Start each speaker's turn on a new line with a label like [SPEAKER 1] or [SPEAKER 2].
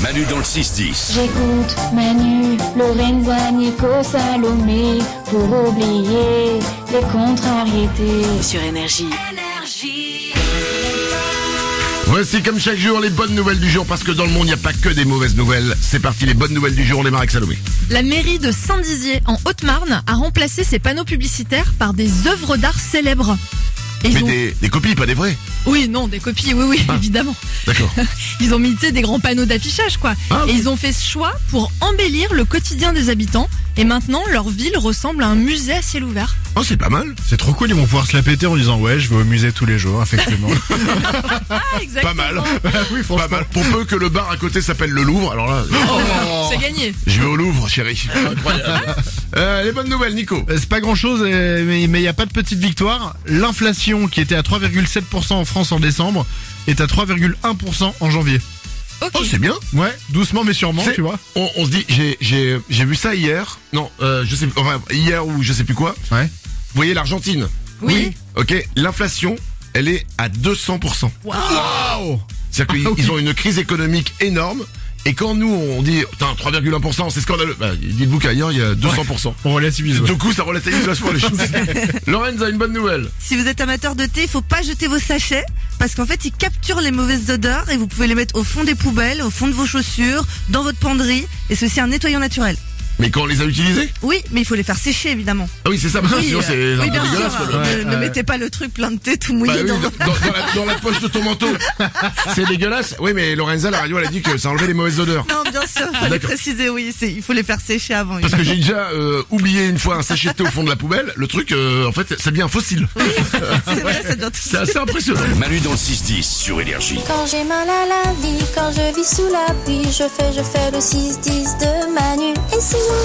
[SPEAKER 1] Manu dans le 6-10.
[SPEAKER 2] J'écoute Manu, Lorenza, Nico, Salomé pour oublier les contrariétés.
[SPEAKER 3] Sur Énergie.
[SPEAKER 4] Voici comme chaque jour les bonnes nouvelles du jour parce que dans le monde il n'y a pas que des mauvaises nouvelles. C'est parti les bonnes nouvelles du jour, on démarre avec Salomé.
[SPEAKER 5] La mairie de Saint-Dizier en Haute-Marne a remplacé ses panneaux publicitaires par des œuvres d'art célèbres. Et ils
[SPEAKER 4] Mais
[SPEAKER 5] ont-
[SPEAKER 4] des, des copies, pas des vrais.
[SPEAKER 5] Oui, non, des copies, oui, oui, évidemment.
[SPEAKER 4] D'accord.
[SPEAKER 5] Ils ont mis tu sais, des grands panneaux d'affichage, quoi.
[SPEAKER 4] Ah,
[SPEAKER 5] et
[SPEAKER 4] oui.
[SPEAKER 5] ils ont fait ce choix pour embellir le quotidien des habitants. Et maintenant, leur ville ressemble à un musée à ciel ouvert.
[SPEAKER 4] Oh c'est pas mal.
[SPEAKER 6] C'est trop cool, ils vont pouvoir se la péter en disant ouais, je vais au musée tous les jours, hein. effectivement.
[SPEAKER 5] Ah,
[SPEAKER 4] Pas
[SPEAKER 5] exactement.
[SPEAKER 4] mal.
[SPEAKER 6] Ah oui,
[SPEAKER 4] Pas mal. Pour peu que le bar à côté s'appelle le Louvre, alors là.
[SPEAKER 5] Oh.
[SPEAKER 4] Oh.
[SPEAKER 5] C'est gagné.
[SPEAKER 4] Je vais au Louvre, chérie. Euh, les bonnes nouvelles, Nico.
[SPEAKER 6] C'est pas grand chose, mais mais il n'y a pas de petite victoire. L'inflation qui était à 3,7% en France en décembre est à 3,1% en janvier.
[SPEAKER 5] Ok.
[SPEAKER 4] Oh c'est bien.
[SPEAKER 6] Ouais, doucement mais sûrement,
[SPEAKER 4] C'est-
[SPEAKER 6] tu vois.
[SPEAKER 4] On, on se dit, j'ai, j'ai, j'ai vu ça hier. Non, euh, je sais, enfin, hier ou je sais plus quoi.
[SPEAKER 6] Ouais.
[SPEAKER 4] Vous voyez l'Argentine.
[SPEAKER 5] oui.
[SPEAKER 4] Ok, l'inflation, elle est à 200%. C'est-à-dire qu'ils
[SPEAKER 6] Ah oui.
[SPEAKER 4] ils ont une crise économique énorme. Et quand nous, on dit, putain, 3,1%, c'est scandaleux. Bah, dites-vous qu'ailleurs, il y a 200%.
[SPEAKER 6] On relativise. ouais.
[SPEAKER 4] Du coup, ça relativise vachement les choses. Lorenz a une bonne nouvelle.
[SPEAKER 7] Si vous êtes amateur de thé, faut pas jeter vos sachets parce qu'en fait, ils capturent les mauvaises odeurs et vous pouvez les mettre au fond des poubelles, au fond de vos chaussures, dans votre penderie et ceci un nettoyant naturel.
[SPEAKER 4] Mais quand on les a utilisés
[SPEAKER 7] Oui, mais il faut les faire sécher évidemment.
[SPEAKER 4] Ah oui, c'est ça, parce que
[SPEAKER 7] oui,
[SPEAKER 4] sinon,
[SPEAKER 7] euh,
[SPEAKER 4] c'est un
[SPEAKER 7] oui,
[SPEAKER 4] peu
[SPEAKER 7] bien sûr.
[SPEAKER 4] dégueulasse. quoi, le-
[SPEAKER 7] ne,
[SPEAKER 6] Ouais,
[SPEAKER 7] ne
[SPEAKER 6] ouais.
[SPEAKER 7] mettez pas le truc plein de thé tout mouillé
[SPEAKER 4] Bah oui,
[SPEAKER 7] dans
[SPEAKER 4] dans,
[SPEAKER 7] votre-
[SPEAKER 4] dans la, dans la poche de ton manteau. C'est dégueulasse. Oui, mais Lorenza, la radio, elle a dit que ça enlevait les mauvaises odeurs.
[SPEAKER 7] Non, bien sûr, fallait
[SPEAKER 4] D'accord.
[SPEAKER 7] préciser, oui, c'est- il faut les faire sécher avant.
[SPEAKER 4] Parce que j'ai déjà euh, oublié une fois un sachet de thé au fond de la poubelle. Le truc, euh, en fait, ça devient un fossile.
[SPEAKER 7] C'est vrai, ça doit tout
[SPEAKER 4] C'est assez impressionnant.
[SPEAKER 1] Manu dans le 6-10 sur Énergie.
[SPEAKER 8] Quand j'ai mal à la vie, quand je vis sous la pluie, je fais, je fais le 6-10 de Manu. Et si on